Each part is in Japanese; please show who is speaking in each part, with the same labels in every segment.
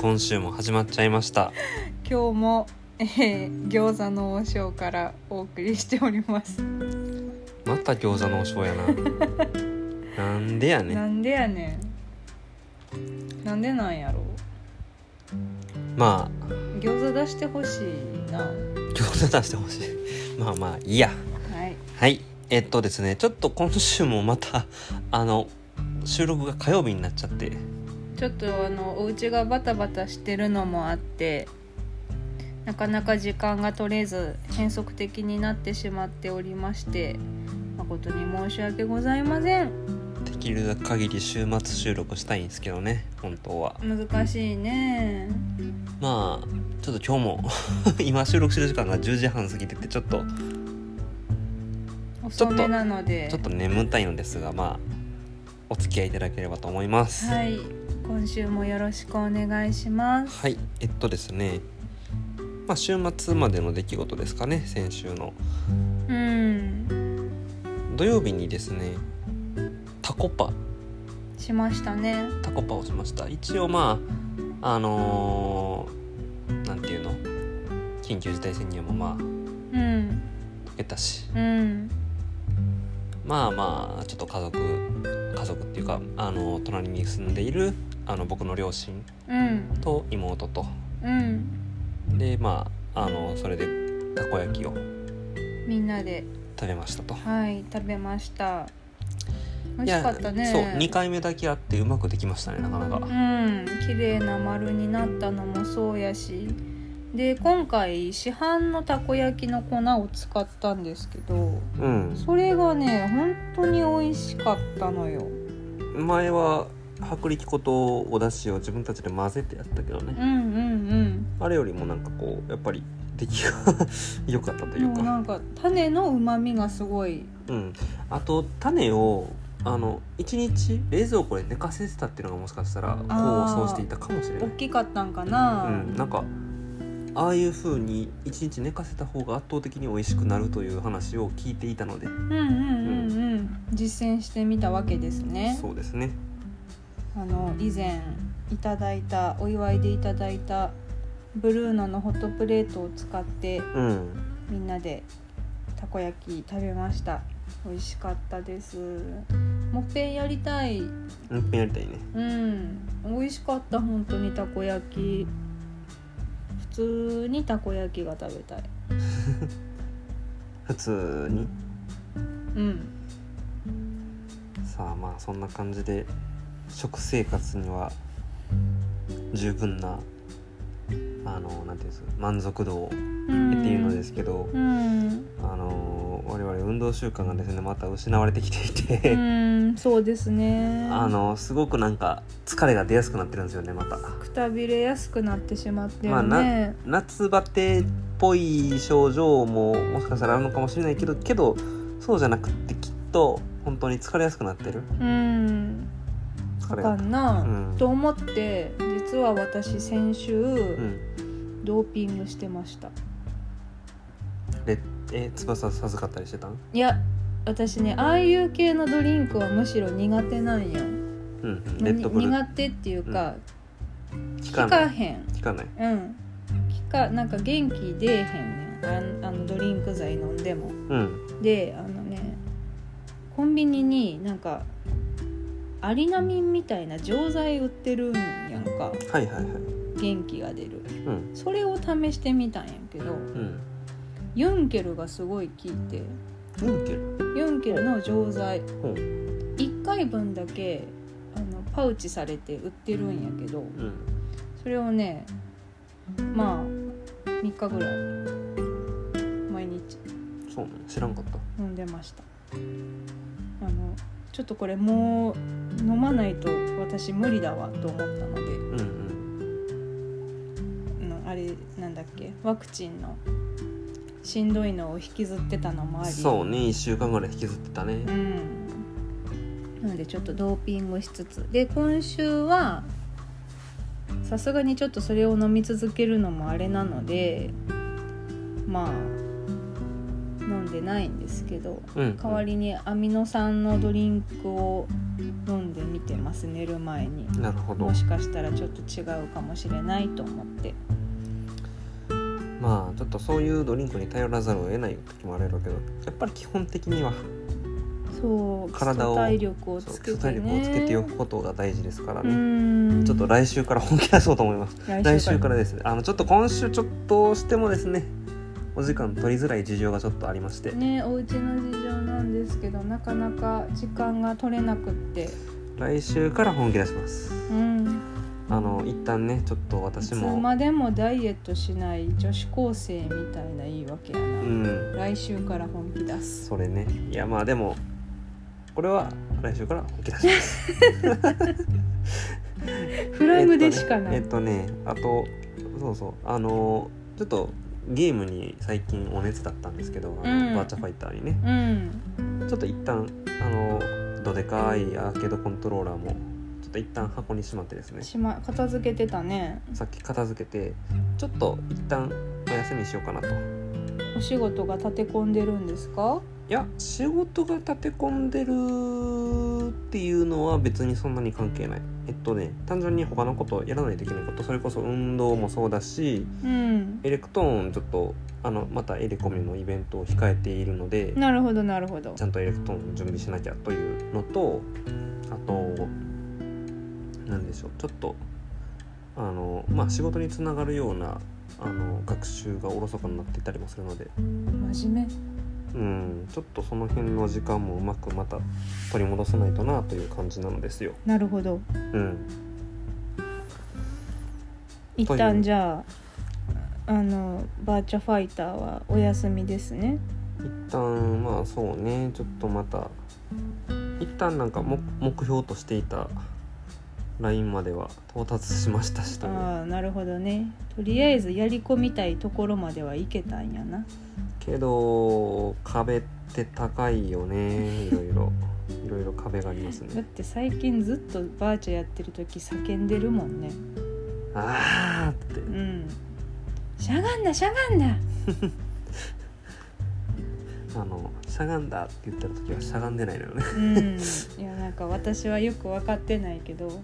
Speaker 1: 今週も始まっちゃいました
Speaker 2: 今日も、えー、餃子の王将からお送りしております、
Speaker 1: また餃子の王将 やななんでやね
Speaker 2: なんでやねんなんでなんやろ
Speaker 1: ま
Speaker 2: 餃子出してほしいなは
Speaker 1: あ餃子出してほしい まあまあいいや
Speaker 2: い
Speaker 1: はいえっとですねちょっと今週もまたあの収録が火曜日になっちゃって
Speaker 2: ちょっとあのお家がバタバタしてるのもあってなかなか時間が取れず変則的になってしまっておりまして誠に申し訳ございません
Speaker 1: できる限り週末収録したいんですけどね本当は
Speaker 2: 難しいね
Speaker 1: まあちょっと今日も 今収録してる時間が10時半過ぎててちょっと
Speaker 2: 遅めなので
Speaker 1: ちょっと眠たいのですがまあお付き合いいただければと思います
Speaker 2: はい今週もよろしくお願いします
Speaker 1: はい、えっとですね、まあ、週末までの出来事ですかね先週の
Speaker 2: うん
Speaker 1: 土曜日にですねタコパ
Speaker 2: しましたね
Speaker 1: タコパをしました一応まああのーなんていうの緊急事態宣言もまあ
Speaker 2: うん
Speaker 1: 受けたし
Speaker 2: うん
Speaker 1: まあまあちょっと家族家族っていうかあの隣に住んでいるあの僕の両親
Speaker 2: うん
Speaker 1: と妹と
Speaker 2: うん
Speaker 1: でまああのそれでたこ焼きを
Speaker 2: みんなで
Speaker 1: 食べましたと。
Speaker 2: はい食べました
Speaker 1: い
Speaker 2: 美味
Speaker 1: や
Speaker 2: しかったね
Speaker 1: そう2回目だけあってうまくできましたねなかなか
Speaker 2: うん綺麗な丸になったのもそうやしで今回市販のたこ焼きの粉を使ったんですけど
Speaker 1: うん
Speaker 2: それがね本当に美味しかったのよ
Speaker 1: 前は薄力粉とお出汁を自分たちで混ぜてやったけど
Speaker 2: う
Speaker 1: ね、
Speaker 2: んうん
Speaker 1: あれよりもなんかこうやっぱり出来が 良かったと
Speaker 2: う
Speaker 1: い
Speaker 2: ん
Speaker 1: う
Speaker 2: もうな
Speaker 1: か
Speaker 2: んか種のうまみがすごい
Speaker 1: うんあと種をあの1日冷蔵庫で寝かせてたっていうのがもしかしたら功を奏していたかもしれな
Speaker 2: 大
Speaker 1: い
Speaker 2: きかったんかな、
Speaker 1: うんなんかああいう風に1日寝かせた方が圧倒的に美味しくなるという話を聞いていたので、
Speaker 2: うんうんうんうん実践してみたわけですね
Speaker 1: そうですね
Speaker 2: あの以前いただいたお祝いでいただいたブルーノのホットプレートを使って
Speaker 1: うん
Speaker 2: みんなでたこ焼き食べました美味しかったですもっぺんやりたい
Speaker 1: うんやりたいね
Speaker 2: うん美味しかった本当にたこ焼き普通にたこ焼きが食べたい
Speaker 1: 普通に
Speaker 2: うん
Speaker 1: さあまあそんな感じで食生活には十分なあのなんていうんですか満足度を得ているのですすけど、
Speaker 2: うん
Speaker 1: あの我々運動習慣がですねまた失われてきていうて、
Speaker 2: んそうですね
Speaker 1: あのすごくなんか疲れが出やすくなってるんですよねまた
Speaker 2: くたびれやすくなってしまってるね、
Speaker 1: まあな夏バテっぽい症状ももしかしたらあるのかもしれないけどけどそうじゃなくってきっと本当に疲れやすくなってる
Speaker 2: うん
Speaker 1: 疲
Speaker 2: あ
Speaker 1: れ
Speaker 2: か
Speaker 1: が
Speaker 2: んな、
Speaker 1: うん
Speaker 2: と思って実は私先週、
Speaker 1: うん
Speaker 2: ドーピングしてました
Speaker 1: でえ翼授かったりしてたん
Speaker 2: いや私ねああいう系のドリンクはむしろ苦手なんよ
Speaker 1: うんうん、レッドブル
Speaker 2: 苦手っていうか、
Speaker 1: 聞か
Speaker 2: 効
Speaker 1: な
Speaker 2: か
Speaker 1: い
Speaker 2: へん
Speaker 1: 聞かない
Speaker 2: うん効かなんか元気出えへんねんあんあのドリンク剤飲んでも
Speaker 1: うん
Speaker 2: であのねコンビニになんかアリナミンみたいな錠剤売ってるんやんか
Speaker 1: はいはいはい
Speaker 2: 元気が出る
Speaker 1: うん
Speaker 2: それを試してみたんやけど
Speaker 1: うん
Speaker 2: ユンケルがすごい効いて
Speaker 1: ユンケル
Speaker 2: ユンケルの錠剤
Speaker 1: ほう
Speaker 2: 1回分だけあのパウチされて売ってるんやけど
Speaker 1: うん
Speaker 2: それをねまあ3日ぐらい毎日
Speaker 1: そうね知らんかった
Speaker 2: 飲んでましたあのちょっとこれもう飲まないと私無理だわと思ったので
Speaker 1: うんうん
Speaker 2: あのあれなんだっけワクチンのしんどいのを引きずってたのもあり
Speaker 1: そうね1週間ぐらい引きずってたね
Speaker 2: うんなのでちょっとドーピングしつつで今週はさすがにちょっとそれを飲み続けるのもあれなのでまあ飲んでないんですけど
Speaker 1: うん
Speaker 2: 代わりにアミノ酸のドリンクを飲んでみてます寝る前に
Speaker 1: なるほど
Speaker 2: もしかしたらちょっと違うかもしれないと思って
Speaker 1: まあちょっとそういうドリンクに頼らざるを得ない時もあるやろうけどやっぱり基本的には
Speaker 2: そう
Speaker 1: 体を
Speaker 2: 基礎体力を
Speaker 1: そう
Speaker 2: つ
Speaker 1: 基
Speaker 2: け
Speaker 1: 礎体
Speaker 2: て
Speaker 1: 力を
Speaker 2: ね
Speaker 1: つけておくことが大事ですから
Speaker 2: う
Speaker 1: ね、
Speaker 2: ん
Speaker 1: ちょっと来週から本気出そうと思います来週からですねあのちょっと今週ちょっとどうしてもですねお時間取りづらい事情がちょっとありまして、
Speaker 2: ねお家の事情なんですけどなかなか時間が取れなくって
Speaker 1: 来週から本気出します
Speaker 2: うん
Speaker 1: あの一旦ねちょっと
Speaker 2: い
Speaker 1: 私
Speaker 2: つ
Speaker 1: も
Speaker 2: までもダイエットしない女子高生みたいな言い訳やな、
Speaker 1: うん
Speaker 2: 来週から本気出す
Speaker 1: それねいやまあでもこれは来週から本気出します
Speaker 2: フラグでしかない、
Speaker 1: えっとね,、えっとねあとそうそうあのちょっとゲームに最近お熱だったんですけど、あの
Speaker 2: うん
Speaker 1: バーチャファイターにね
Speaker 2: うん
Speaker 1: ちょっと一旦あのどでかいアーケードコントローラーもちょっと一旦箱にしまってですね
Speaker 2: しま片付けてたね
Speaker 1: さっき片付けてちょっと一旦お休みしようかなとい
Speaker 2: お仕事が立て込んでるんですか
Speaker 1: や仕事が立て込んでるっていうのは別にそんなに関係ないえっとね単純に他のことやらないといけないことそれこそ運動もそうだし
Speaker 2: うん
Speaker 1: エレクトーンちょっとあのまたエレコミのイベントを控えているので
Speaker 2: なるほどなるほど
Speaker 1: ちゃんとエレクトーンを準備しなきゃというのとあと何でしょうちょっとあのまあ仕事につながるようなあの学習がおろそかになっていたりもするので
Speaker 2: 真面目
Speaker 1: うんちょっとその辺の時間もうまくまた取り戻さないとなという感じなのですよ。
Speaker 2: なるほど
Speaker 1: うん、
Speaker 2: 一
Speaker 1: という
Speaker 2: 旦じゃああのバーチャファイターはお休みですね
Speaker 1: 一旦まあそうねちょっとまた一旦なんか目目標としていたラインまでは到達しましたしという
Speaker 2: ああなるほどねとりあえずやり込みたいところまではいけたんやな
Speaker 1: けど壁って高いよねいろいろいろいろ壁があります
Speaker 2: だっ
Speaker 1: ね
Speaker 2: て最近ずっとバーチャやってる時叫んでるもんね
Speaker 1: あーって
Speaker 2: うんしゃがんだしゃがんだ
Speaker 1: あのしゃがんだって言った時はしゃがんでないのよね
Speaker 2: うんいやなんか私はよく分かってないけど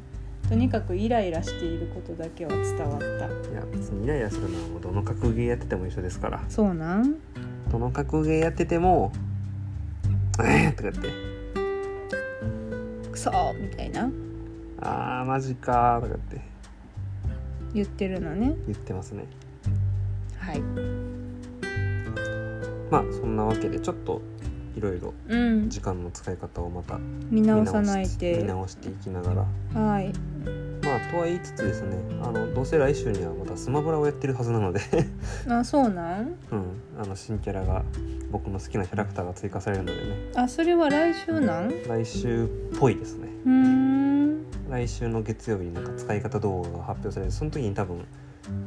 Speaker 2: とにかくイライラしていることだけは伝わった
Speaker 1: いや別にイライラするのはもうどの格ゲーやってても一緒ですから
Speaker 2: そうなん
Speaker 1: どの格ゲーやってても「えーとか言って
Speaker 2: クソーみたいな
Speaker 1: 「あーマジか」とか言って
Speaker 2: 言ってるのね
Speaker 1: 言ってますね
Speaker 2: はい
Speaker 1: まあそんなわけでちょっといろいろ
Speaker 2: うん
Speaker 1: 時間の使い方をまた
Speaker 2: 見
Speaker 1: 見
Speaker 2: 直
Speaker 1: 直し
Speaker 2: さないで
Speaker 1: 見直していきながら
Speaker 2: はい
Speaker 1: まあとは言いつつですねあのどうせ来週にはまたスマブラをやってるはずなので、
Speaker 2: あそうなん
Speaker 1: うん、あの新キャラが僕の好きなキャラクターが追加されるのでね
Speaker 2: あそれは来週なんう
Speaker 1: 来週っぽいですね
Speaker 2: ーん
Speaker 1: 来週の月曜日になんか使い方動画が発表されるその時に多分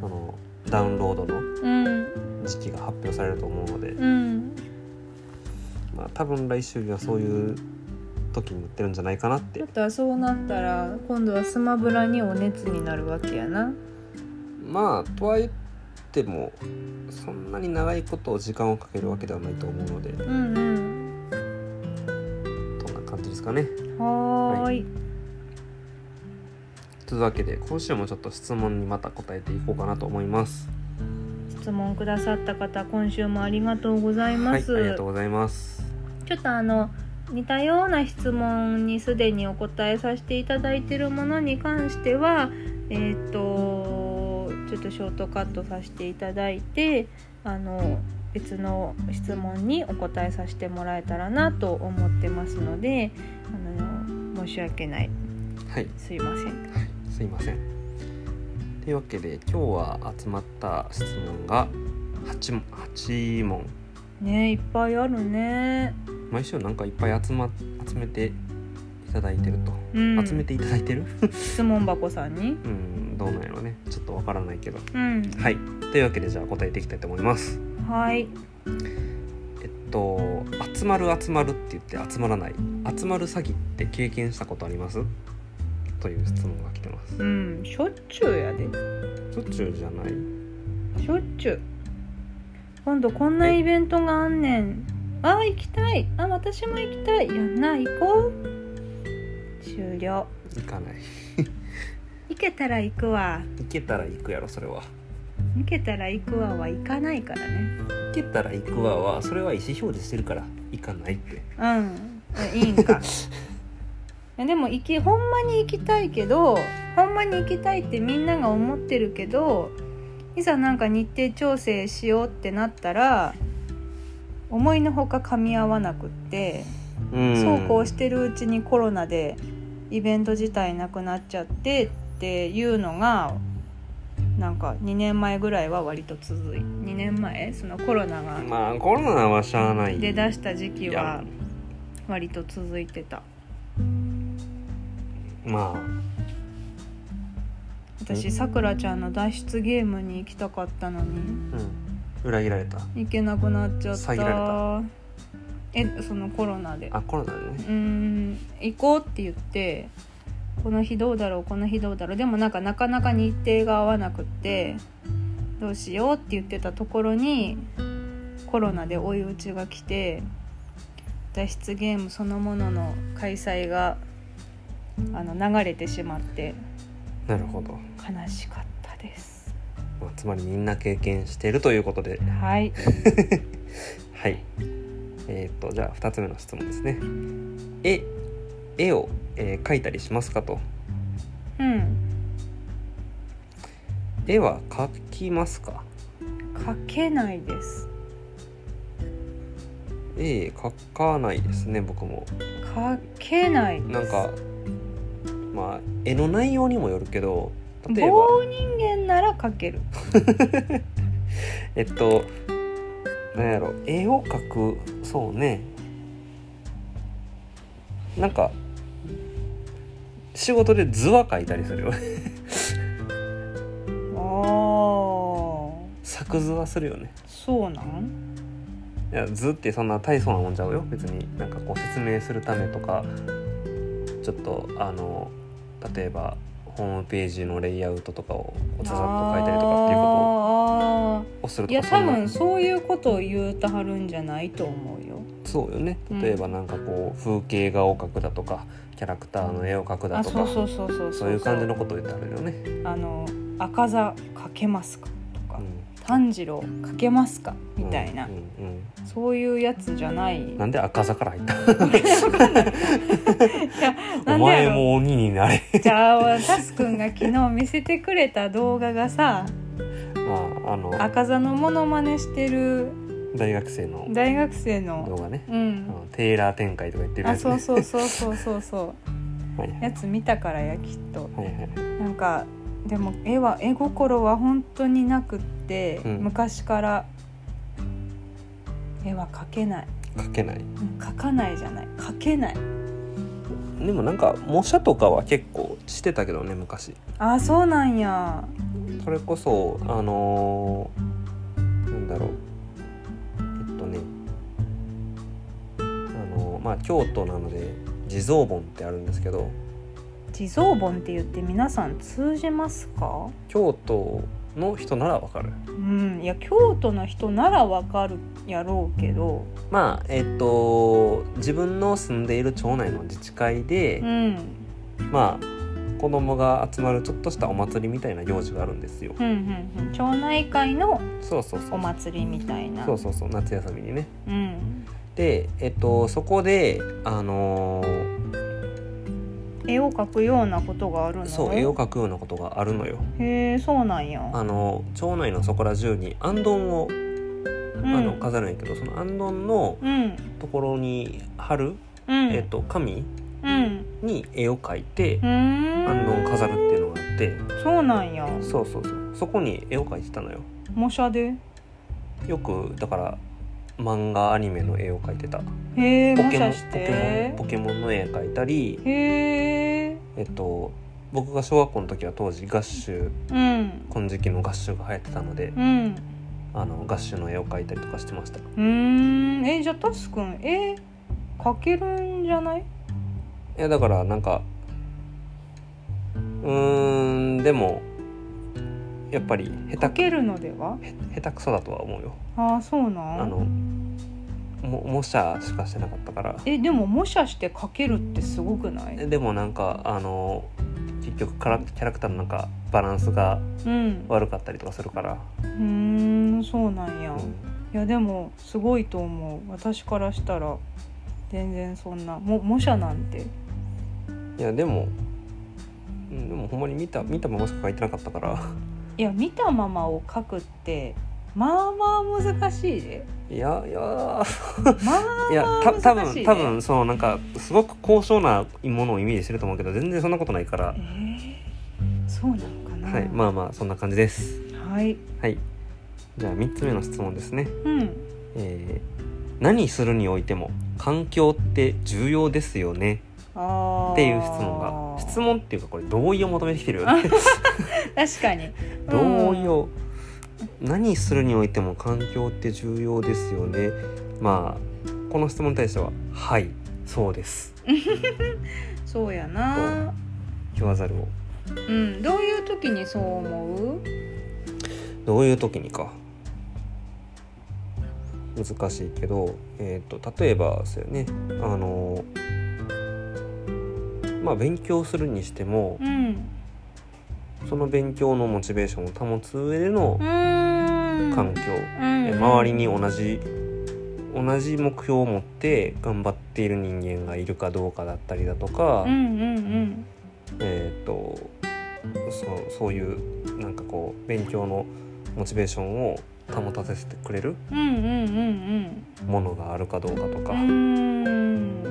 Speaker 1: あのダウンロードの
Speaker 2: うん
Speaker 1: 時期が発表されると思うので、
Speaker 2: うん
Speaker 1: まあ、多分来週にはそういう時になってるんじゃないかなっ
Speaker 2: ち
Speaker 1: て
Speaker 2: ょっとそうなったら今度はスマブラにお熱になるわけやな
Speaker 1: まあとは言ってもそんなに長いこと時間をかけるわけではないと思うので
Speaker 2: うんうん
Speaker 1: どんな感じですかね。
Speaker 2: はーい、
Speaker 1: というわけで今週もちょっと質問にまた答えていこうかなと思います。
Speaker 2: 質問くださった方今週もありがとうござい
Speaker 1: は
Speaker 2: ま
Speaker 1: い、
Speaker 2: す、
Speaker 1: ありがとうございます。
Speaker 2: ちょっとあの似たような質問にすでにお答えさせていただいているものに関してはえっ、とちょっとショートカットさせていただいてあの別の質問にお答えさせてもらえたらなと思ってますのであの申し訳ない
Speaker 1: はい、
Speaker 2: すいません
Speaker 1: すいません。というわけで今日は集まった質問が8問 ,8 問
Speaker 2: ねいっぱいあるね
Speaker 1: 毎週なんかいっぱい集,、ま、集めていただいてると、
Speaker 2: うん
Speaker 1: 集めていただいてる
Speaker 2: 質問箱さんに
Speaker 1: うんどうなんやろねちょっとわからないけど
Speaker 2: うん
Speaker 1: はいというわけでじゃあ答えていきたいと思います
Speaker 2: はい
Speaker 1: えっと「集まる集まる」って言って集まらない集まる詐欺って経験したことありますという質問が来てます
Speaker 2: うんしょっちゅうやで
Speaker 1: しょっちゅうじゃない
Speaker 2: しょっちゅう今度こんなイベントがあんねんあ行きたいあ私も行きたいやんな行こう終了
Speaker 1: 行かない
Speaker 2: 行けたら行くわ
Speaker 1: 行けたら行くやろそれは
Speaker 2: 行けたら行くわは行かないからね
Speaker 1: 行けたら行くわはそれは意思表示してるから行かないって
Speaker 2: うんいいんか いやでも行きほんまに行きたいけどほんまに行きたいってみんなが思ってるけどいざなんか日程調整しようってなったら思いのほか噛み合わなくって、そうこうしてるうちにコロナでイベント自体なくなっちゃってっていうのがなんか2年前ぐらいは割と続い2年前そのコロナが
Speaker 1: まあコロナはしゃあない
Speaker 2: 出だした時期
Speaker 1: いや
Speaker 2: は割と続いてた
Speaker 1: まあ
Speaker 2: 私さくらちゃんの脱出ゲームに行きたかったのに
Speaker 1: うん裏切られた
Speaker 2: 行けなくなっちゃっ
Speaker 1: 遮ら
Speaker 2: たえそのコロナで
Speaker 1: あコロナで
Speaker 2: う
Speaker 1: ね
Speaker 2: ーん行こうって言ってこの日どうだろうこの日どうだろうでもなんかなかなか日程が合わなくってどうしようって言ってたところにコロナで追い打ちが来て脱出ゲームそのものの開催があの流れてしまって
Speaker 1: なるほど、
Speaker 2: 悲しかったです
Speaker 1: まあ、つまりみんな経験してるということで
Speaker 2: はい
Speaker 1: はいえっ、とじゃあ2つ目の質問ですね絵絵を、えー描いたりしますかと
Speaker 2: うん
Speaker 1: 絵は描きますか
Speaker 2: 書けないです
Speaker 1: 絵描かないですね僕も
Speaker 2: 書けないです
Speaker 1: なんかまあ絵の内容にもよるけど例えば
Speaker 2: 棒人間なら書ける
Speaker 1: えっとなんやろ絵を描くそうねなんか仕事で図は描いたりするよね
Speaker 2: ああ
Speaker 1: 作図はするよね
Speaker 2: そうなん
Speaker 1: いや図ってそんな大層なもんちゃうよ別になんかこう説明するためとかちょっとあの例えばホームページのレイアウトとかをこうざざっと描いたりとかっていうこ
Speaker 2: あーあ
Speaker 1: とをする
Speaker 2: ーい
Speaker 1: とか
Speaker 2: や
Speaker 1: そ
Speaker 2: 多
Speaker 1: んな
Speaker 2: 分そういうことを言うたはるんじゃないと思うよ
Speaker 1: そうよね
Speaker 2: うん
Speaker 1: 例えばなんかこう風景画を描くだとかキャラクターの絵を描くだ
Speaker 2: あ
Speaker 1: と
Speaker 2: そ
Speaker 1: か
Speaker 2: うそうそうそう
Speaker 1: そういう感じのことを言ってあるよね。
Speaker 2: あの赤座かけますかとか、
Speaker 1: う
Speaker 2: 炭治郎かけますか
Speaker 1: ん
Speaker 2: みたいな、
Speaker 1: うんうん
Speaker 2: そういうやつじゃ ない
Speaker 1: うんなんで赤座から入った。
Speaker 2: いやなん
Speaker 1: お
Speaker 2: で
Speaker 1: 前
Speaker 2: やろ
Speaker 1: も鬼に なれ。
Speaker 2: じゃあタスくんが昨日見せてくれた動画がさ
Speaker 1: まあ、あの、
Speaker 2: 赤座のモノマネしてる
Speaker 1: 大学生の
Speaker 2: 大学生
Speaker 1: 動
Speaker 2: の
Speaker 1: 画ね。
Speaker 2: うん
Speaker 1: あのテイラー展開とか言ってるや
Speaker 2: あ
Speaker 1: つ、ね。
Speaker 2: そうそうそうそうそうそう
Speaker 1: はいはい
Speaker 2: やつ見たからやきっと
Speaker 1: はいはい。
Speaker 2: なんかでも絵は絵心は本当になくって、
Speaker 1: うん
Speaker 2: 昔から絵は描けない
Speaker 1: 書けない。
Speaker 2: うん描かないじゃない描けない
Speaker 1: でもなんか模写とかは結構してたけどね昔。
Speaker 2: あーそうなんや
Speaker 1: それこそあのーなんだろうえっとねあのーまあ京都なので地蔵盆ってあるんですけど
Speaker 2: 地蔵盆って言って皆さん通じますか
Speaker 1: 京都の人ならわかる。
Speaker 2: うんいや京都の人ならわかるやろうけど
Speaker 1: まあえっ、と自分の住んでいる町内の自治会で、
Speaker 2: うん
Speaker 1: まあ子供が集まるちょっとしたお祭りみたいな行事があるんですよ。
Speaker 2: うんうんうん町内会の
Speaker 1: そうそうそ
Speaker 2: お
Speaker 1: う。
Speaker 2: 祭りみたいな
Speaker 1: そうそうそう夏休みにね。
Speaker 2: うん
Speaker 1: でえっ、とそこであのー
Speaker 2: 絵を描くようなことがあるの
Speaker 1: そう絵を描くようなことがあるのよ。
Speaker 2: へえそうなんや
Speaker 1: あの町内のそこら中にあんどんを、
Speaker 2: うん
Speaker 1: あの飾るんやけどそのあんどんの
Speaker 2: うん
Speaker 1: ところに貼る、
Speaker 2: うん
Speaker 1: えっ、と紙
Speaker 2: うん
Speaker 1: に絵を描いて
Speaker 2: う、ー
Speaker 1: あんどんを飾るっていうのがあって。
Speaker 2: そうなんや
Speaker 1: そうそうそうそこに絵を描いてたのよ
Speaker 2: 模写で
Speaker 1: よくだから漫画アニメの絵を描いてたポ
Speaker 2: へえ模
Speaker 1: ケモ
Speaker 2: 写
Speaker 1: ン
Speaker 2: し
Speaker 1: ポケモ
Speaker 2: て
Speaker 1: ンポケモンの絵描いたり
Speaker 2: へえ
Speaker 1: えっと僕が小学校の時は当時合衆
Speaker 2: うん
Speaker 1: 金色の合衆が流行ってたので
Speaker 2: うん
Speaker 1: あの合衆の絵を描いたりとかしてました
Speaker 2: うーんえじゃあタスくん絵描けるんじゃない
Speaker 1: いやだからなんかうーんでもやっぱり下
Speaker 2: か
Speaker 1: 手
Speaker 2: けるのでは
Speaker 1: 下手くそだとは思うよ
Speaker 2: ああそうな
Speaker 1: あ
Speaker 2: ん
Speaker 1: のも模写しかしてなかったから
Speaker 2: えでも模写してかけるってすごくない
Speaker 1: でもなんかあの結局カラキャラクターのなんかバランスが
Speaker 2: うん
Speaker 1: 悪かったりとかするから、
Speaker 2: うーんそうなんや、
Speaker 1: うん
Speaker 2: いやでもすごいと思う私からしたら全然そんなも模写なんて
Speaker 1: いやでもうんでもほんまに見た見たまましか書いてなかったから
Speaker 2: いや見たままを描くってまあまあ難しいで
Speaker 1: いやいや
Speaker 2: ま
Speaker 1: いや
Speaker 2: あま
Speaker 1: た
Speaker 2: あ
Speaker 1: 多
Speaker 2: 難し
Speaker 1: 分
Speaker 2: いで
Speaker 1: 多分そのなんかすごく高尚なものをイメージしてると思うけど全然そんなことないから
Speaker 2: え、ー、そうなのかな
Speaker 1: はいまあまあそんな感じです
Speaker 2: はい
Speaker 1: はいじゃあ3つ目の質問ですね、
Speaker 2: うん
Speaker 1: えー何するにおいても環境って重要ですよね
Speaker 2: あー
Speaker 1: っていう質問が質問っていうかこれ同意を求めてきてるよね
Speaker 2: 確かに
Speaker 1: 同意を何するにおいても環境って重要ですよねまあこの質問に対しては「はいそうです
Speaker 2: そうやな」
Speaker 1: 言わざるを
Speaker 2: うんどういう時にそう思う
Speaker 1: どういう時にか難しいけど、えー、と例えばですよねあのまあ勉強するにしても
Speaker 2: うん
Speaker 1: その勉強のモチベーションを保つ上での
Speaker 2: うーん
Speaker 1: 環境、え周りに同じ同じ目標を持って頑張っている人間がいるかどうかだったりだとか、
Speaker 2: うんうん
Speaker 1: えー、とそうそういうなんかこう勉強のモチベーションを保たせてくれる
Speaker 2: うんうんうんうんうん
Speaker 1: ものがあるかどうかとか
Speaker 2: う、ん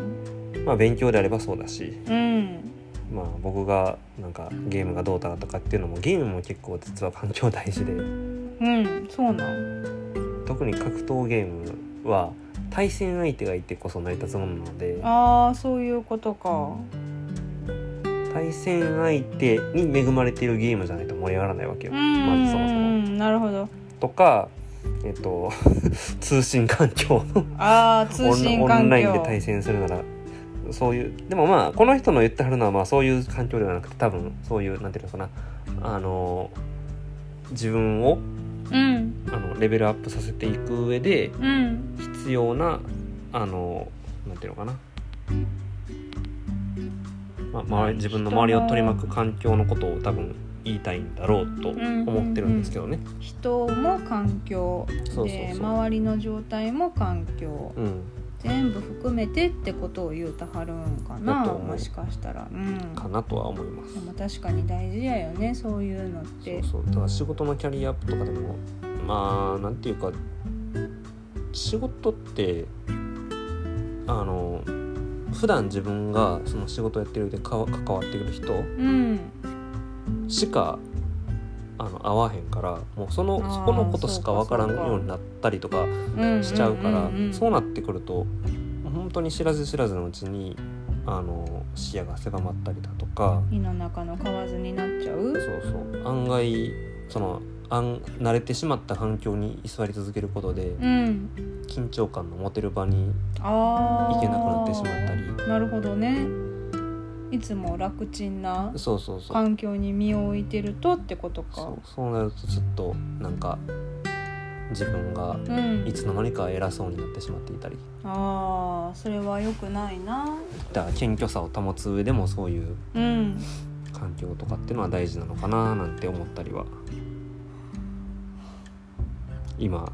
Speaker 1: まあ、勉強であればそうだし、
Speaker 2: うん
Speaker 1: まあ、僕がなんかゲームがどうだとかっていうのもゲームも結構実は環境大事で
Speaker 2: うんそうなん
Speaker 1: 特に格闘ゲームは対戦相手がいてこそ成り立つものなので
Speaker 2: ああそういうことか
Speaker 1: 対戦相手に恵まれているゲームじゃないと盛り上がらないわけよ。
Speaker 2: う
Speaker 1: まずそもそも
Speaker 2: んなるほど
Speaker 1: とか、えっと、 通信環境の
Speaker 2: ああ
Speaker 1: オ
Speaker 2: 通
Speaker 1: ンラ
Speaker 2: 信
Speaker 1: オン
Speaker 2: 環
Speaker 1: ラインで
Speaker 2: 境
Speaker 1: 対戦するならそういうでもまあこの人の言ってはるのはまあそういう環境ではなくて多分そういうなんていうのかなあの自分を
Speaker 2: うん
Speaker 1: あのレベルアップさせていく上で
Speaker 2: うん
Speaker 1: 必要なあのなんていうのかな、まあ、周り自分の周りを取り巻く環境のことを多分言いたいんだろうと思ってるんですけどね。
Speaker 2: 人も環境
Speaker 1: そうそう
Speaker 2: で
Speaker 1: そう。
Speaker 2: 周りの状態も環境
Speaker 1: うん、
Speaker 2: 全部含めてってことを言うたはるんかな
Speaker 1: だと思う
Speaker 2: もしかしたらうん
Speaker 1: かなとは思います。
Speaker 2: でも確かに大事やよねそういうのって
Speaker 1: そうそうだから仕事のキャリアアップとかでもまあなんていうか仕事ってあの普段自分がその仕事をやってる上でかわ関わってくる人
Speaker 2: うん
Speaker 1: しかあの会わへんからもうその
Speaker 2: あー
Speaker 1: そこのことしか分からん
Speaker 2: そうかそうか
Speaker 1: ようになったりとか
Speaker 2: うん
Speaker 1: しちゃうから
Speaker 2: んんん
Speaker 1: そうなってくると本当に知らず知らずのうちにあの視野が狭まったりだとか。
Speaker 2: 井の中の蛙になっちゃ
Speaker 1: そう
Speaker 2: う
Speaker 1: そう案外そのあん慣れてしまった環境に居座り続けることで
Speaker 2: うん
Speaker 1: 緊張感の持てる場に
Speaker 2: あー
Speaker 1: 行けなくなってしまったり
Speaker 2: なるほどねいつも楽ちんな
Speaker 1: そうそうそう
Speaker 2: 環境に身を置いてるとってことか
Speaker 1: そうそうなるとずっとなんか自分が
Speaker 2: うん
Speaker 1: いつの間にか偉そうになってしまっていたり
Speaker 2: ああそれは良くないな
Speaker 1: だから謙虚さを保つ上でもそういう
Speaker 2: うん
Speaker 1: 環境とかっていうのは大事なのかななんて思ったりは今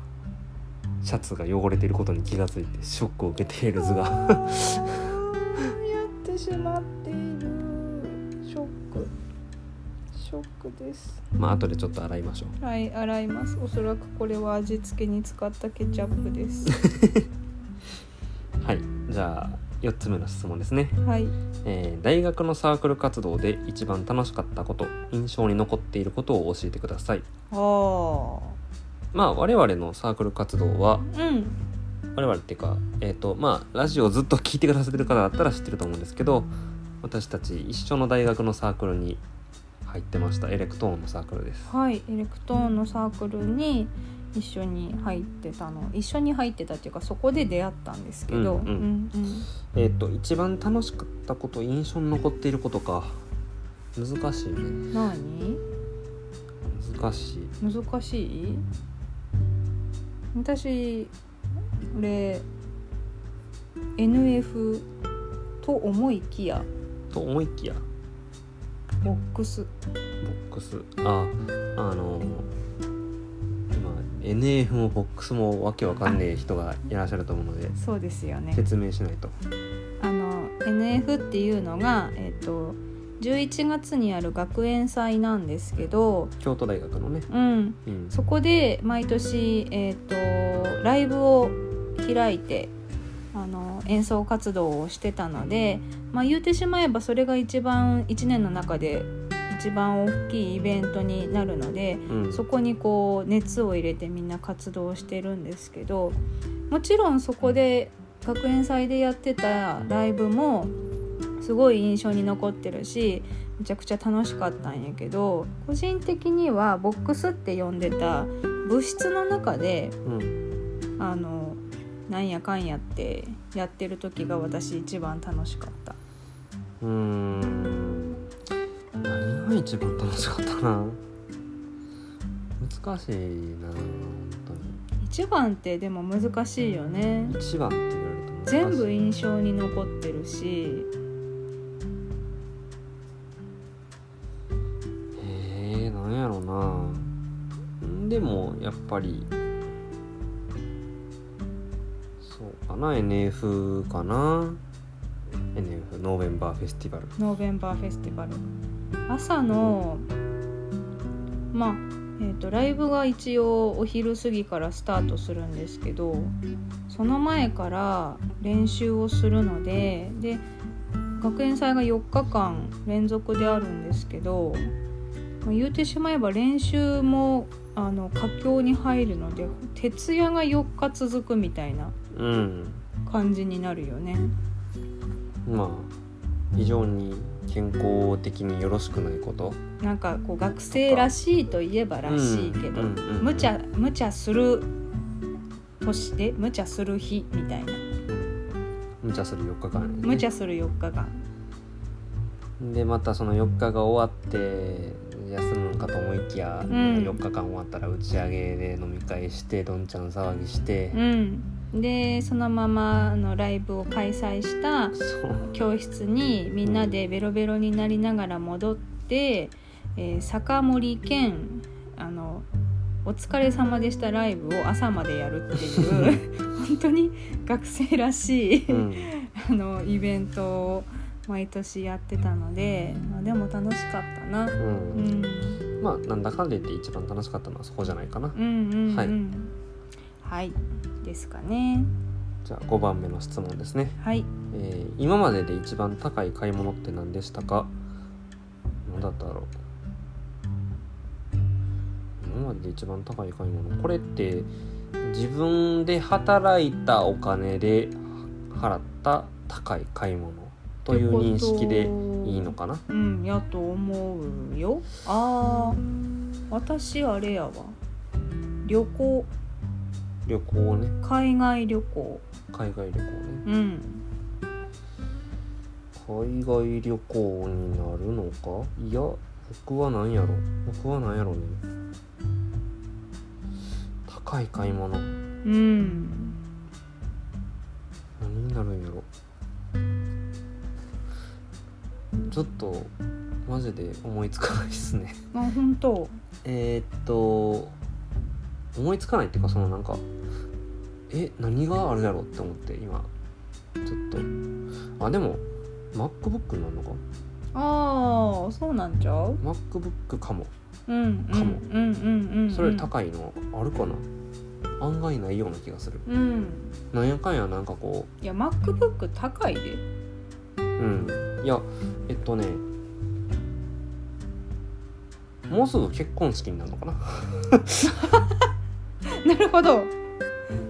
Speaker 1: シャツが汚れていることに気がついてショックを受けている図が。
Speaker 2: あーやってしまっているショックショックです
Speaker 1: まあ後でちょっと洗いましょう。
Speaker 2: はい洗いますおそらくこれは味付けに使ったケチャップです
Speaker 1: はい、じゃあ4つ目の質問ですね、
Speaker 2: はい
Speaker 1: えー大学のサークル活動で一番楽しかったこと印象に残っていることを教えてください
Speaker 2: ああ
Speaker 1: まあ我々のサークル活動は
Speaker 2: うん
Speaker 1: 我々っていうかえっ、とまあラジオをずっと聞いてくださってる方だったら知ってると思うんですけど私たち一緒の大学のサークルに入ってましたエレクトーンのサークルです
Speaker 2: はいエレクトーンのサークルに一緒に入ってたの一緒に入ってたっていうかそこで出会ったんですけど
Speaker 1: う
Speaker 2: うんん
Speaker 1: う
Speaker 2: うんん
Speaker 1: えっ、と一番楽しかったこと印象に残っていることか難しいね
Speaker 2: 何
Speaker 1: 難しい
Speaker 2: 難しい私俺 NF と思いきや
Speaker 1: と思いきや
Speaker 2: ボックス
Speaker 1: ボックスああの今 NF もボックスもわけわかんねえ人がいらっしゃると思うので
Speaker 2: そうですよね
Speaker 1: 説明しないと
Speaker 2: あの NF っていうのが、えっと11月にある学園祭なんですけど、
Speaker 1: 京都大学のね、
Speaker 2: うん、
Speaker 1: うん、
Speaker 2: そこで毎年、えー、とライブを開いてあの演奏活動をしてたので、まあ、言うてしまえばそれが一番1年の中で一番大きいイベントになるので
Speaker 1: うん
Speaker 2: そこにこう熱を入れてみんな活動してるんですけどもちろんそこで学園祭でやってたライブもすごい印象に残ってるしめちゃくちゃ楽しかったんやけど個人的にはボックスって呼んでた部室の中で
Speaker 1: うん
Speaker 2: あのなんやかんやってやってる時が私一番楽しかった。
Speaker 1: うーん何が一番楽しかったな難しいな本当に
Speaker 2: 一番ってでも難しいよね。
Speaker 1: 一番って言われると難しい
Speaker 2: 全部印象に残ってるし
Speaker 1: えー、なんやろなんでもやっぱりそうかな NF かな NF ノーベンバーフェスティバル
Speaker 2: ノーベンバーフェスティバル朝のまあえー、とライブが一応お昼過ぎからスタートするんですけどその前から練習をするのでで学園祭が4日間連続であるんですけど、まあ言うてしまえば練習もあの佳境に入るので徹夜が4日続くみたいな
Speaker 1: うん
Speaker 2: 感じになるよね。
Speaker 1: まあ非常に健康的によろしくないこと
Speaker 2: なんかこう学生らしいといえばらしいけど、
Speaker 1: うんうんうんうん
Speaker 2: 無茶無茶する年で無茶する日みたいな
Speaker 1: 無茶する4日間、ね、
Speaker 2: 無茶する4日間
Speaker 1: でまたその4日が終わって休むのかと思いきや、
Speaker 2: うん
Speaker 1: 4日間終わったら打ち上げで飲み会してどんちゃん騒ぎして、
Speaker 2: うんでそのままあのライブを開催した
Speaker 1: そう
Speaker 2: 教室にみんなでベロベロになりながら戻って、えー酒盛り兼あのお疲れ様でしたライブを朝までやるっ ていう本当に学生らしい、
Speaker 1: うん
Speaker 2: あのイベントを毎年やってたので、まあ、でも楽しかったな、
Speaker 1: う、
Speaker 2: うんん、
Speaker 1: まあなんだかんだ言って一番楽しかったのはそこじゃないかな、
Speaker 2: うんうんうん
Speaker 1: はい
Speaker 2: はい、ですかね
Speaker 1: じゃあ5番目の質問ですね、
Speaker 2: はい
Speaker 1: えー今までで一番高い買い物って何でしたか何だっただろう今までで一番高い買い物これって自分で働いたお金で払った高い買い物という認識でいいのかな
Speaker 2: うんやと思うよあー私あれやわ旅行
Speaker 1: 旅行ね
Speaker 2: 海外旅行
Speaker 1: 海外旅行ね
Speaker 2: うん
Speaker 1: 海外旅行になるのかいや僕は何やろ僕は何やろね高い買い物
Speaker 2: うん
Speaker 1: 何になるんやろちょっとマジで思いつかないっすね
Speaker 2: あ本当
Speaker 1: えーっと思いつかないっていうかそのなんかえ何があるやろって思って今ちょっとあでも MacBook になるのか
Speaker 2: ああそうなんちゃう
Speaker 1: MacBook かも
Speaker 2: うん
Speaker 1: かも
Speaker 2: うんうんうんうん
Speaker 1: それ高いのあるかな案外ないような気がする
Speaker 2: うん
Speaker 1: なんやかんやなんかこ
Speaker 2: いや MacBook 高いで
Speaker 1: ううんいやえっとねもうすぐ結婚式になるのかな
Speaker 2: なるほど。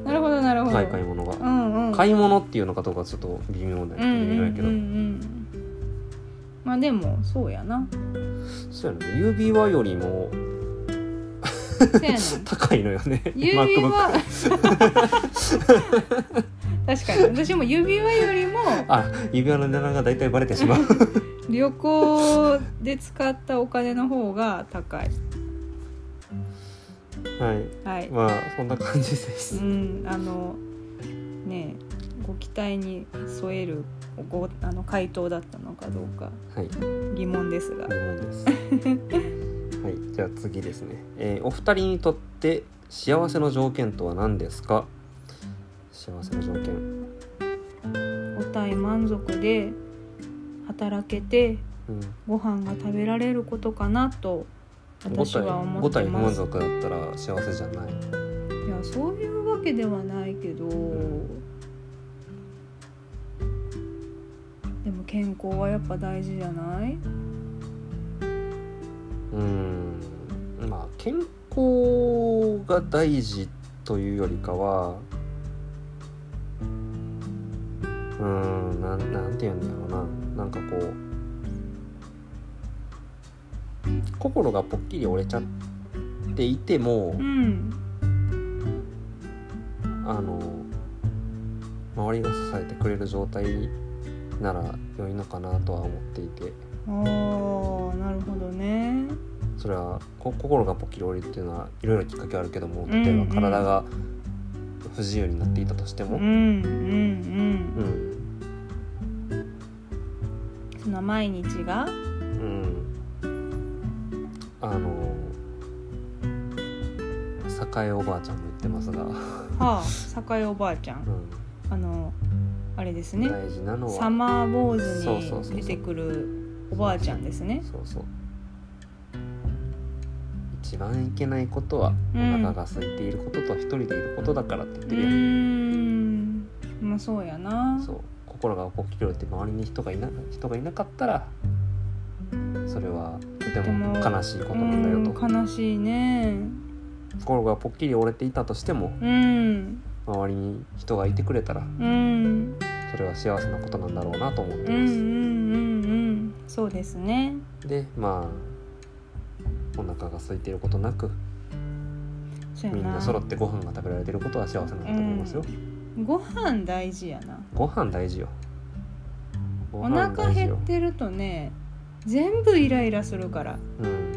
Speaker 2: なるほどなるほど。
Speaker 1: 高い買い物
Speaker 2: う
Speaker 1: が
Speaker 2: んうん。
Speaker 1: 買い物っていうのかどうかちょっと微妙だ
Speaker 2: う
Speaker 1: けど
Speaker 2: んうん
Speaker 1: 微
Speaker 2: うんう
Speaker 1: 妙やけど
Speaker 2: ん。まあでもそうや な。
Speaker 1: そうやね指輪よりも
Speaker 2: そうやねん。
Speaker 1: 高いのよね
Speaker 2: 指
Speaker 1: MacBook
Speaker 2: 輪 確かに私も指輪よりも
Speaker 1: あ指輪の値段が大体バレてしまう
Speaker 2: 旅行で使ったお金の方が高い
Speaker 1: はい
Speaker 2: はい、
Speaker 1: まあそんな感じです、
Speaker 2: うん、あのねえご期待に添えるごあの回答だったのかどうか
Speaker 1: はい
Speaker 2: 疑問ですが
Speaker 1: 疑問 です。はい、じゃあ次ですね、えーお二人にとって幸せの条件とは何ですか幸せの条件。
Speaker 2: お体満足で働けて
Speaker 1: うん、
Speaker 2: ご飯が食べられることかなと私は思
Speaker 1: 五
Speaker 2: って
Speaker 1: 体不
Speaker 2: ま
Speaker 1: 満
Speaker 2: す
Speaker 1: 足だったら幸せじゃない。
Speaker 2: いやそういうわけではないけど、
Speaker 1: ん
Speaker 2: でも健康はやっぱ大事じゃない
Speaker 1: うん、まあ健康が大事というよりかは、うん、なんなんて言うんだろうな、なんかこう。心がぽっきり折れちゃっていても
Speaker 2: う、ん
Speaker 1: あの周りが支えてくれる状態なら良いのかなとは思っていて
Speaker 2: あーなるほどね
Speaker 1: それはこ心がポキロリっていうのはいろいろきっかけあるけども
Speaker 2: うんうん
Speaker 1: 例えば体が不自由になっていたとして
Speaker 2: う
Speaker 1: も、
Speaker 2: ん
Speaker 1: う
Speaker 2: うんん
Speaker 1: うん
Speaker 2: その毎日が
Speaker 1: あの栄おばあちゃんも言ってますが、う
Speaker 2: はあ栄おばあちゃん
Speaker 1: ん
Speaker 2: あのあれですね
Speaker 1: 大事なのは
Speaker 2: サマー坊
Speaker 1: そうそうそう
Speaker 2: 主
Speaker 1: そう
Speaker 2: に出てくるおばあちゃんですね
Speaker 1: そうそう一番いけないことはお
Speaker 2: うん
Speaker 1: 腹が空いていることと一人でいることだからって言っ
Speaker 2: う
Speaker 1: てるやん、
Speaker 2: んまあそうやな
Speaker 1: そう心が大きく折れて周りに人がいな人がいなかったらそれはとても
Speaker 2: とても
Speaker 1: 悲しいことなんだよと
Speaker 2: うん悲しいね
Speaker 1: 心がポッキリ折れていたとしても
Speaker 2: うん
Speaker 1: 周りに人がいてくれたら
Speaker 2: うん
Speaker 1: それは幸せなことなんだろうなと思って
Speaker 2: うんうんう
Speaker 1: ます、
Speaker 2: んうんそうですね
Speaker 1: でまあお腹が空いていることなく
Speaker 2: そうや
Speaker 1: みんな揃ってご飯が食べられていることは幸せなんだと思いますよ、
Speaker 2: ご飯大事やな
Speaker 1: ご飯大事よご
Speaker 2: お
Speaker 1: 飯
Speaker 2: 腹
Speaker 1: 大事
Speaker 2: 減
Speaker 1: よ
Speaker 2: ってるとね全部イライラするから
Speaker 1: うん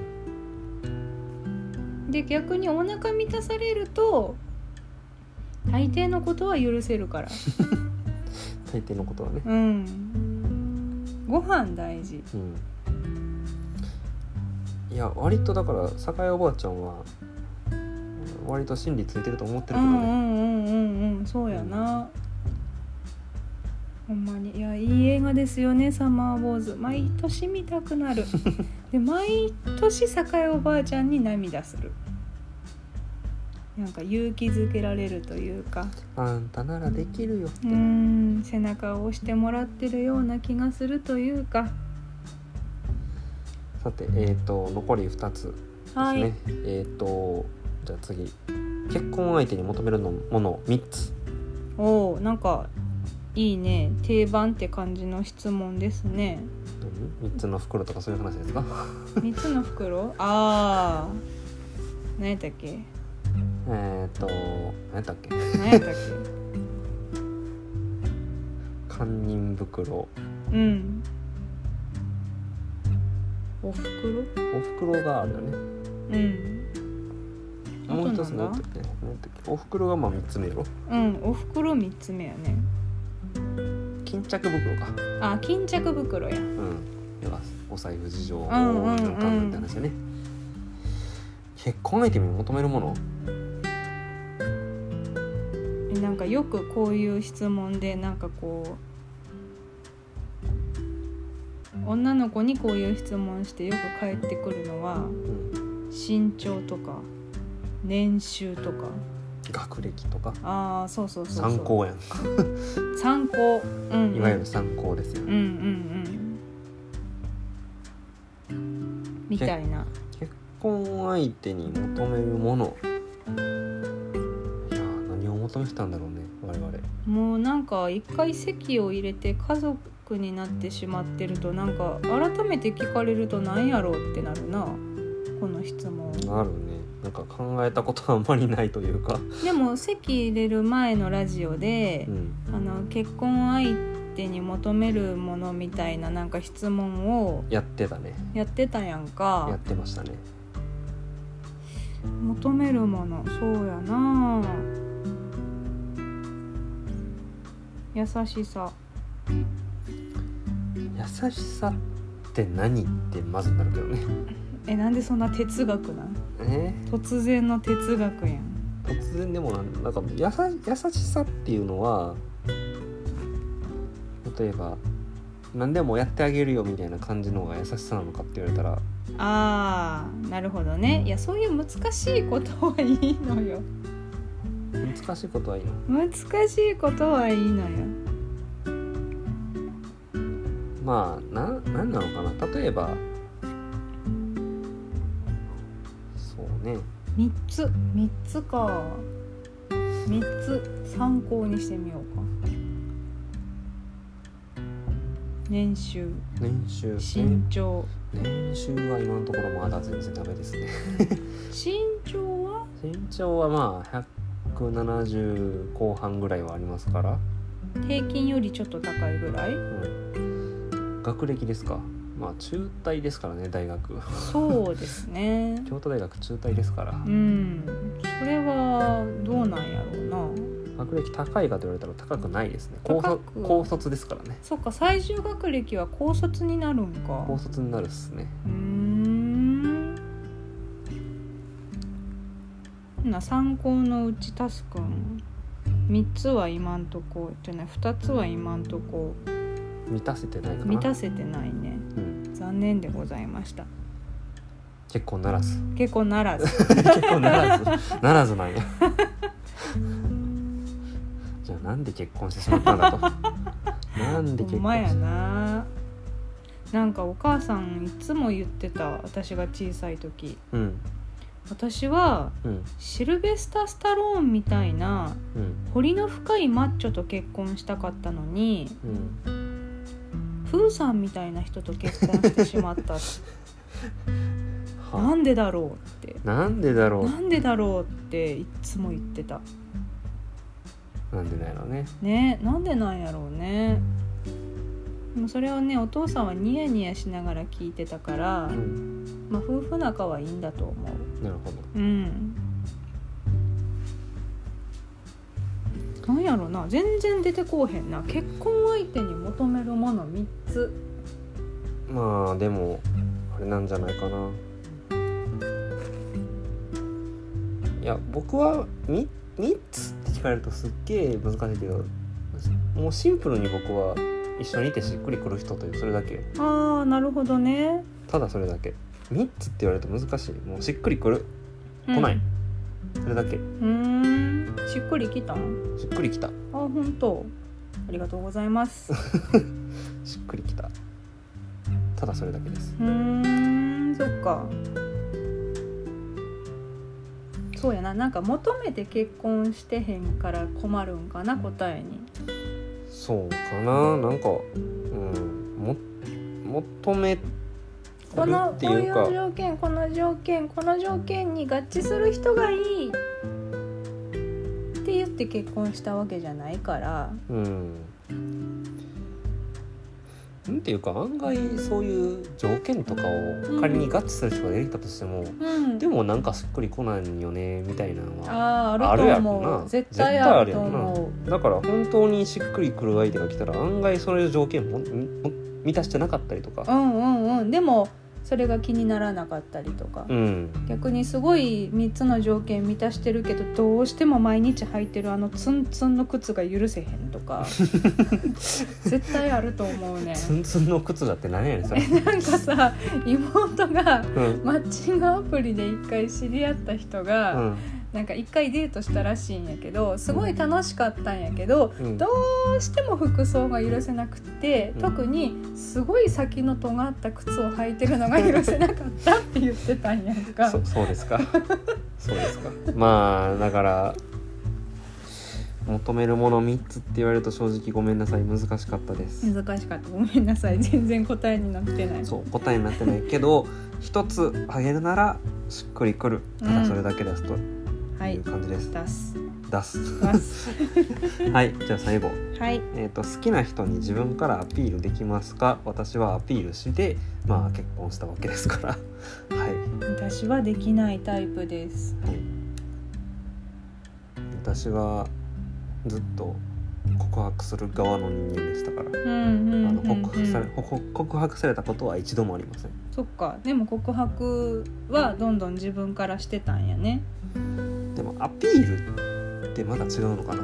Speaker 2: で逆にお腹満たされると大抵のことは許せるから
Speaker 1: 大抵のことはね
Speaker 2: うんご飯大事
Speaker 1: うんいや割とだから酒井おばあちゃんは割と心理ついてると思って
Speaker 2: う
Speaker 1: るけど
Speaker 2: んう
Speaker 1: ね、
Speaker 2: んうんうんうんそうやなほんまにいやいい映画ですよね「サマーウォーズ」毎年見たく なるで毎年栄おばあちゃんに涙するなんか勇気づけられるというか
Speaker 1: あんたならできるよって、
Speaker 2: うーん背中を押してもらってるような気がするというか
Speaker 1: さてえっ、と残り2つですね、
Speaker 2: はい、
Speaker 1: えっ、とじゃあ次結婚相手に求めるのもの3つ
Speaker 2: おおなんかいいね定番って感じの質問ですね
Speaker 1: 3つの袋とかそういう話ですか
Speaker 2: 三つの袋ああ何やったっけ
Speaker 1: えっと何やったっけ
Speaker 2: 何やったっ
Speaker 1: 堪忍袋
Speaker 2: けうんお袋
Speaker 1: お袋があるよね
Speaker 2: うんあと
Speaker 1: もう一つ
Speaker 2: な
Speaker 1: 何
Speaker 2: ん
Speaker 1: やった
Speaker 2: だ
Speaker 1: っけ何やったっけお袋がまあ3つ目やろ
Speaker 2: うんお袋三つ目やね
Speaker 1: 巾着袋か
Speaker 2: あ巾着袋や
Speaker 1: うん、ではお財布事情を
Speaker 2: うんうんうん
Speaker 1: 循環みたいな話だね、結婚相手に求めるもの
Speaker 2: えなんかよくこういう質問でなんかこう女の子にこういう質問してよく返ってくるの
Speaker 1: う
Speaker 2: は
Speaker 1: ん、
Speaker 2: 身長とか年収とか
Speaker 1: 学歴とか
Speaker 2: ああそうそうそうそう
Speaker 1: 参考やん
Speaker 2: 参考、うんうん、
Speaker 1: いわゆる参考ですよ、
Speaker 2: うんうんうんみたいな
Speaker 1: 結婚相手に求めるものいやー何を求めてたんだろうね我々
Speaker 2: もうなんか一回籍を入れて家族になってしまってるとなんか改めて聞かれるとなんやろうってなるなこの質問
Speaker 1: なるねなんか考えたことはあんまりないというか、
Speaker 2: でも籍入れる前のラジオで
Speaker 1: う、ん、
Speaker 2: あの結婚相手に求めるものみたいななんか質問を
Speaker 1: やってたね
Speaker 2: やってたやん
Speaker 1: や
Speaker 2: か
Speaker 1: ってましたね
Speaker 2: 求めるものそうやな優しさ
Speaker 1: 優しさって何ってまずなるけどね
Speaker 2: えなんでそんな哲学なん
Speaker 1: え
Speaker 2: 突然の哲学やん
Speaker 1: 突然でもなんなんか優し優しさっていうのは例えば何でもやってあげるよみたいな感じの方が優しさなのかって言われたら
Speaker 2: あーなるほどねいやそういう難しいことはいいのよ
Speaker 1: 難しいことはいいの
Speaker 2: 難しいことはいいのよ
Speaker 1: まあななんなのかな例えばそうね
Speaker 2: 3つ3つか3つ参考にしてみようか年収
Speaker 1: 年収
Speaker 2: 身長
Speaker 1: 年収は今のところまだ全然ダメですね
Speaker 2: 身長は
Speaker 1: 身長はまあ170後半ぐらいはありますから、
Speaker 2: 平均よりちょっと高いぐらい
Speaker 1: うん、学歴ですかまあ中退ですからね大学
Speaker 2: そうですね
Speaker 1: 京都大学中退ですから
Speaker 2: うんそれはどうなんやろうな
Speaker 1: 学歴高いかと言われたら高くないですね高卒
Speaker 2: 高く
Speaker 1: 高卒ですからね
Speaker 2: そっか最終学歴は高卒になるんか
Speaker 1: 高卒になるっすね
Speaker 2: うーんな参考のうちタスくん3つは今んとこじゃない2つは今んとこ
Speaker 1: 満たせてないかな
Speaker 2: 満たせてないね
Speaker 1: うん、
Speaker 2: 残念でございました
Speaker 1: 結婚ならず
Speaker 2: 結構ならず
Speaker 1: 結婚ならず ならずなんやじゃあなんで結婚してしまったんだとなんで
Speaker 2: ほ
Speaker 1: 結
Speaker 2: んま
Speaker 1: 婚
Speaker 2: や
Speaker 1: し
Speaker 2: ななんかお母さんいつも言ってた私が小さい時
Speaker 1: うん
Speaker 2: 私は
Speaker 1: うん
Speaker 2: シルベスタ・スタローンみたいな
Speaker 1: うん
Speaker 2: 彫りの深いマッチョと結婚したかったのに
Speaker 1: うん
Speaker 2: プーさんみたいな人と結婚してしまっ たな
Speaker 1: は
Speaker 2: んでだろうって
Speaker 1: なんでだろ
Speaker 2: なんでだろうっていっつも言ってた
Speaker 1: うなんでだろうね
Speaker 2: ねなんでなんやろうねでもそれをねお父さんはニヤニヤしながら聞いてたから
Speaker 1: う、ん
Speaker 2: まあ、夫婦仲はいいんだと思
Speaker 1: なるほど
Speaker 2: ううんなんやろな全然出てこうへんな結婚相手に求めるもの3つ
Speaker 1: まあでもあれなんじゃないかないや僕は 3, 3つって聞かれるとすっげえ難しいけどもうシンプルに僕は一緒にいてしっくりくる人というそれだけ
Speaker 2: ああなるほどね
Speaker 1: ただそれだけ3つって言われると難しいもうしっくりくる
Speaker 2: うん
Speaker 1: 来ないそれだけ
Speaker 2: うーんしっくりきたん
Speaker 1: しっくりきた
Speaker 2: あ本当ありがとうございま すう
Speaker 1: しっくりきたただそれだけです
Speaker 2: ーんそっかそうやななんか求めて結婚してへんから困るんかな答えに
Speaker 1: そうかななんかうんも求める
Speaker 2: この
Speaker 1: って
Speaker 2: こう
Speaker 1: い
Speaker 2: いうう
Speaker 1: か
Speaker 2: 条件この条件この条件に合致する人がいいって言って結婚したわけじゃないから
Speaker 1: うん。なんていうか案外そういう条件とかを仮に合致する人が出てきたとしても、
Speaker 2: うん
Speaker 1: でもなんかしっくりこないよねみたいなのは
Speaker 2: あーあ
Speaker 1: あ
Speaker 2: る
Speaker 1: る
Speaker 2: と
Speaker 1: や
Speaker 2: 思
Speaker 1: ろ
Speaker 2: う
Speaker 1: な
Speaker 2: 絶対ある
Speaker 1: や
Speaker 2: と
Speaker 1: ろ
Speaker 2: 思う
Speaker 1: なだから本当にしっくりくる相手が来たら案外それの条件もも満たしてなかったりと
Speaker 2: う
Speaker 1: か、
Speaker 2: んうんうんでもそれが気にならなかったりとか、
Speaker 1: うん、
Speaker 2: 逆にすごい3つの条件満たしてるけどどうしても毎日履いてるあのツンツンの靴が許せへんと か絶対あると思うね
Speaker 1: ツンツンの靴だって何やねん それ、
Speaker 2: なんかさ妹が
Speaker 1: うん
Speaker 2: マッチングアプリで1回知り合った人が、
Speaker 1: うん
Speaker 2: なんか1回デートしたらしいんやけどすごい楽しかったんやけど
Speaker 1: うん、
Speaker 2: どどうしても服装が許せなくて、
Speaker 1: うん
Speaker 2: 特にすごい先の尖った靴を履いてるのが許せなかったって言ってたんやんか
Speaker 1: そそうです かそうですかまあだから求めるもの3つって言われると正直ごめんなさい難しかったです、
Speaker 2: 難しかったごめんなさい全然答えになってない
Speaker 1: そう答えにな ってないけど一つあげるならしっくりくるただそれだけですとという感じです。
Speaker 2: 出す
Speaker 1: 出す。
Speaker 2: 出す
Speaker 1: はい、じゃあ最後。
Speaker 2: はい
Speaker 1: えー、と好きな人に自分からアピールできますか私はアピールして、まあ、結婚したわけですから はい、
Speaker 2: 私はできないタイプです
Speaker 1: はい、私はずっと告白する側の人間でしたから、
Speaker 2: う
Speaker 1: あ
Speaker 2: んうんうん、
Speaker 1: の
Speaker 2: うん、
Speaker 1: 告白されほほ告白されたことは一度もありません
Speaker 2: そっかでも告白はどんどん自分からしてたんやね
Speaker 1: でもアピールってまだ違うのか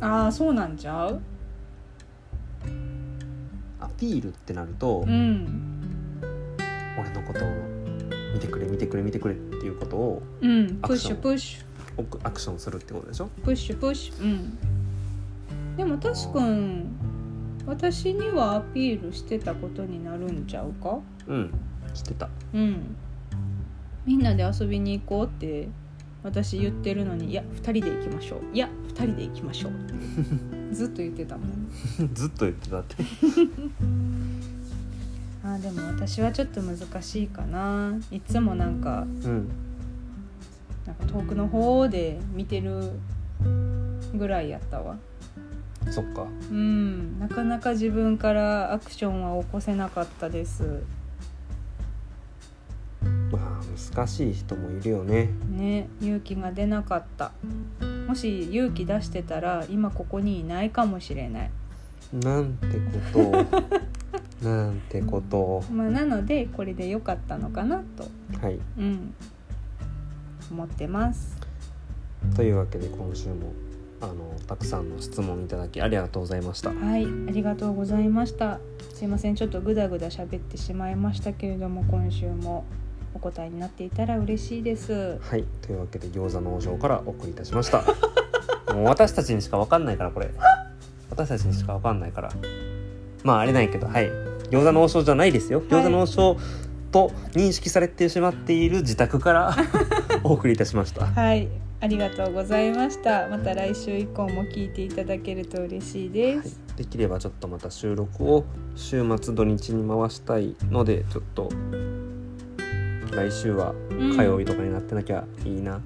Speaker 1: な
Speaker 2: ああそうなんちゃう
Speaker 1: アピールってなると、
Speaker 2: うん
Speaker 1: 俺のことを見てくれ見てくれ見てくれっていうことを
Speaker 2: うん
Speaker 1: ア
Speaker 2: プ
Speaker 1: ク
Speaker 2: ッシ
Speaker 1: シ
Speaker 2: ュ
Speaker 1: ョン
Speaker 2: プッシ
Speaker 1: おくアクションするってことでしょ
Speaker 2: ュプッシュプッシュうんでもタスくん私にはアピールしてたことになるんちゃうか
Speaker 1: うん知ってた
Speaker 2: うんみんなで遊びに行こうって私言ってるのに「いや2人で行きましょう」「いや2人で行きましょう」 ずっと言ってたもん
Speaker 1: ずっと言ってたって
Speaker 2: あーでも私はちょっと難しいかないつもなんか
Speaker 1: うん
Speaker 2: なんか遠くの方で見てるぐらいやったわ
Speaker 1: そっか
Speaker 2: うんなかなか自分からアクションは起こせなかったです
Speaker 1: まあ難しい人もいるよね
Speaker 2: ね勇気が出なかったもし勇気出してたら今ここにいないかもしれない、
Speaker 1: なんてことを なんてことを
Speaker 2: まあ、なのでこれで良かったのかなと、
Speaker 1: はい
Speaker 2: うん、思ってます
Speaker 1: というわけで今週もあのたくさんの質問いただきありがとうございました
Speaker 2: はいありがとうございましたすいませんちょっとグダグダ喋ってしまいましたけれども今週もお答えになっていたら嬉しいです
Speaker 1: はいというわけで餃子の王将からお送りいたしましたもう私たちにしかわかんないからこれ私たちにしかわかんないからまああれないけどはい餃子の王将じゃないですよ、餃子の王将と認識されてしまっている自宅からお送りいたしました
Speaker 2: はい、ありがとうございました。また来週以降も聞いていただけると嬉しいで
Speaker 1: はい
Speaker 2: す。、
Speaker 1: できればちょっとまた収録を週末土日に回したいのでちょっと来週は
Speaker 2: うん
Speaker 1: 火曜日とかになってなきゃいいな、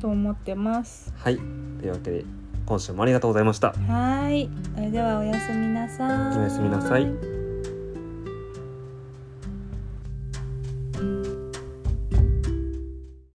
Speaker 2: と思ってます。
Speaker 1: はいというわけで今週もありがとうございました
Speaker 2: はい、それではおやすみなさい。
Speaker 1: おやすみなさい。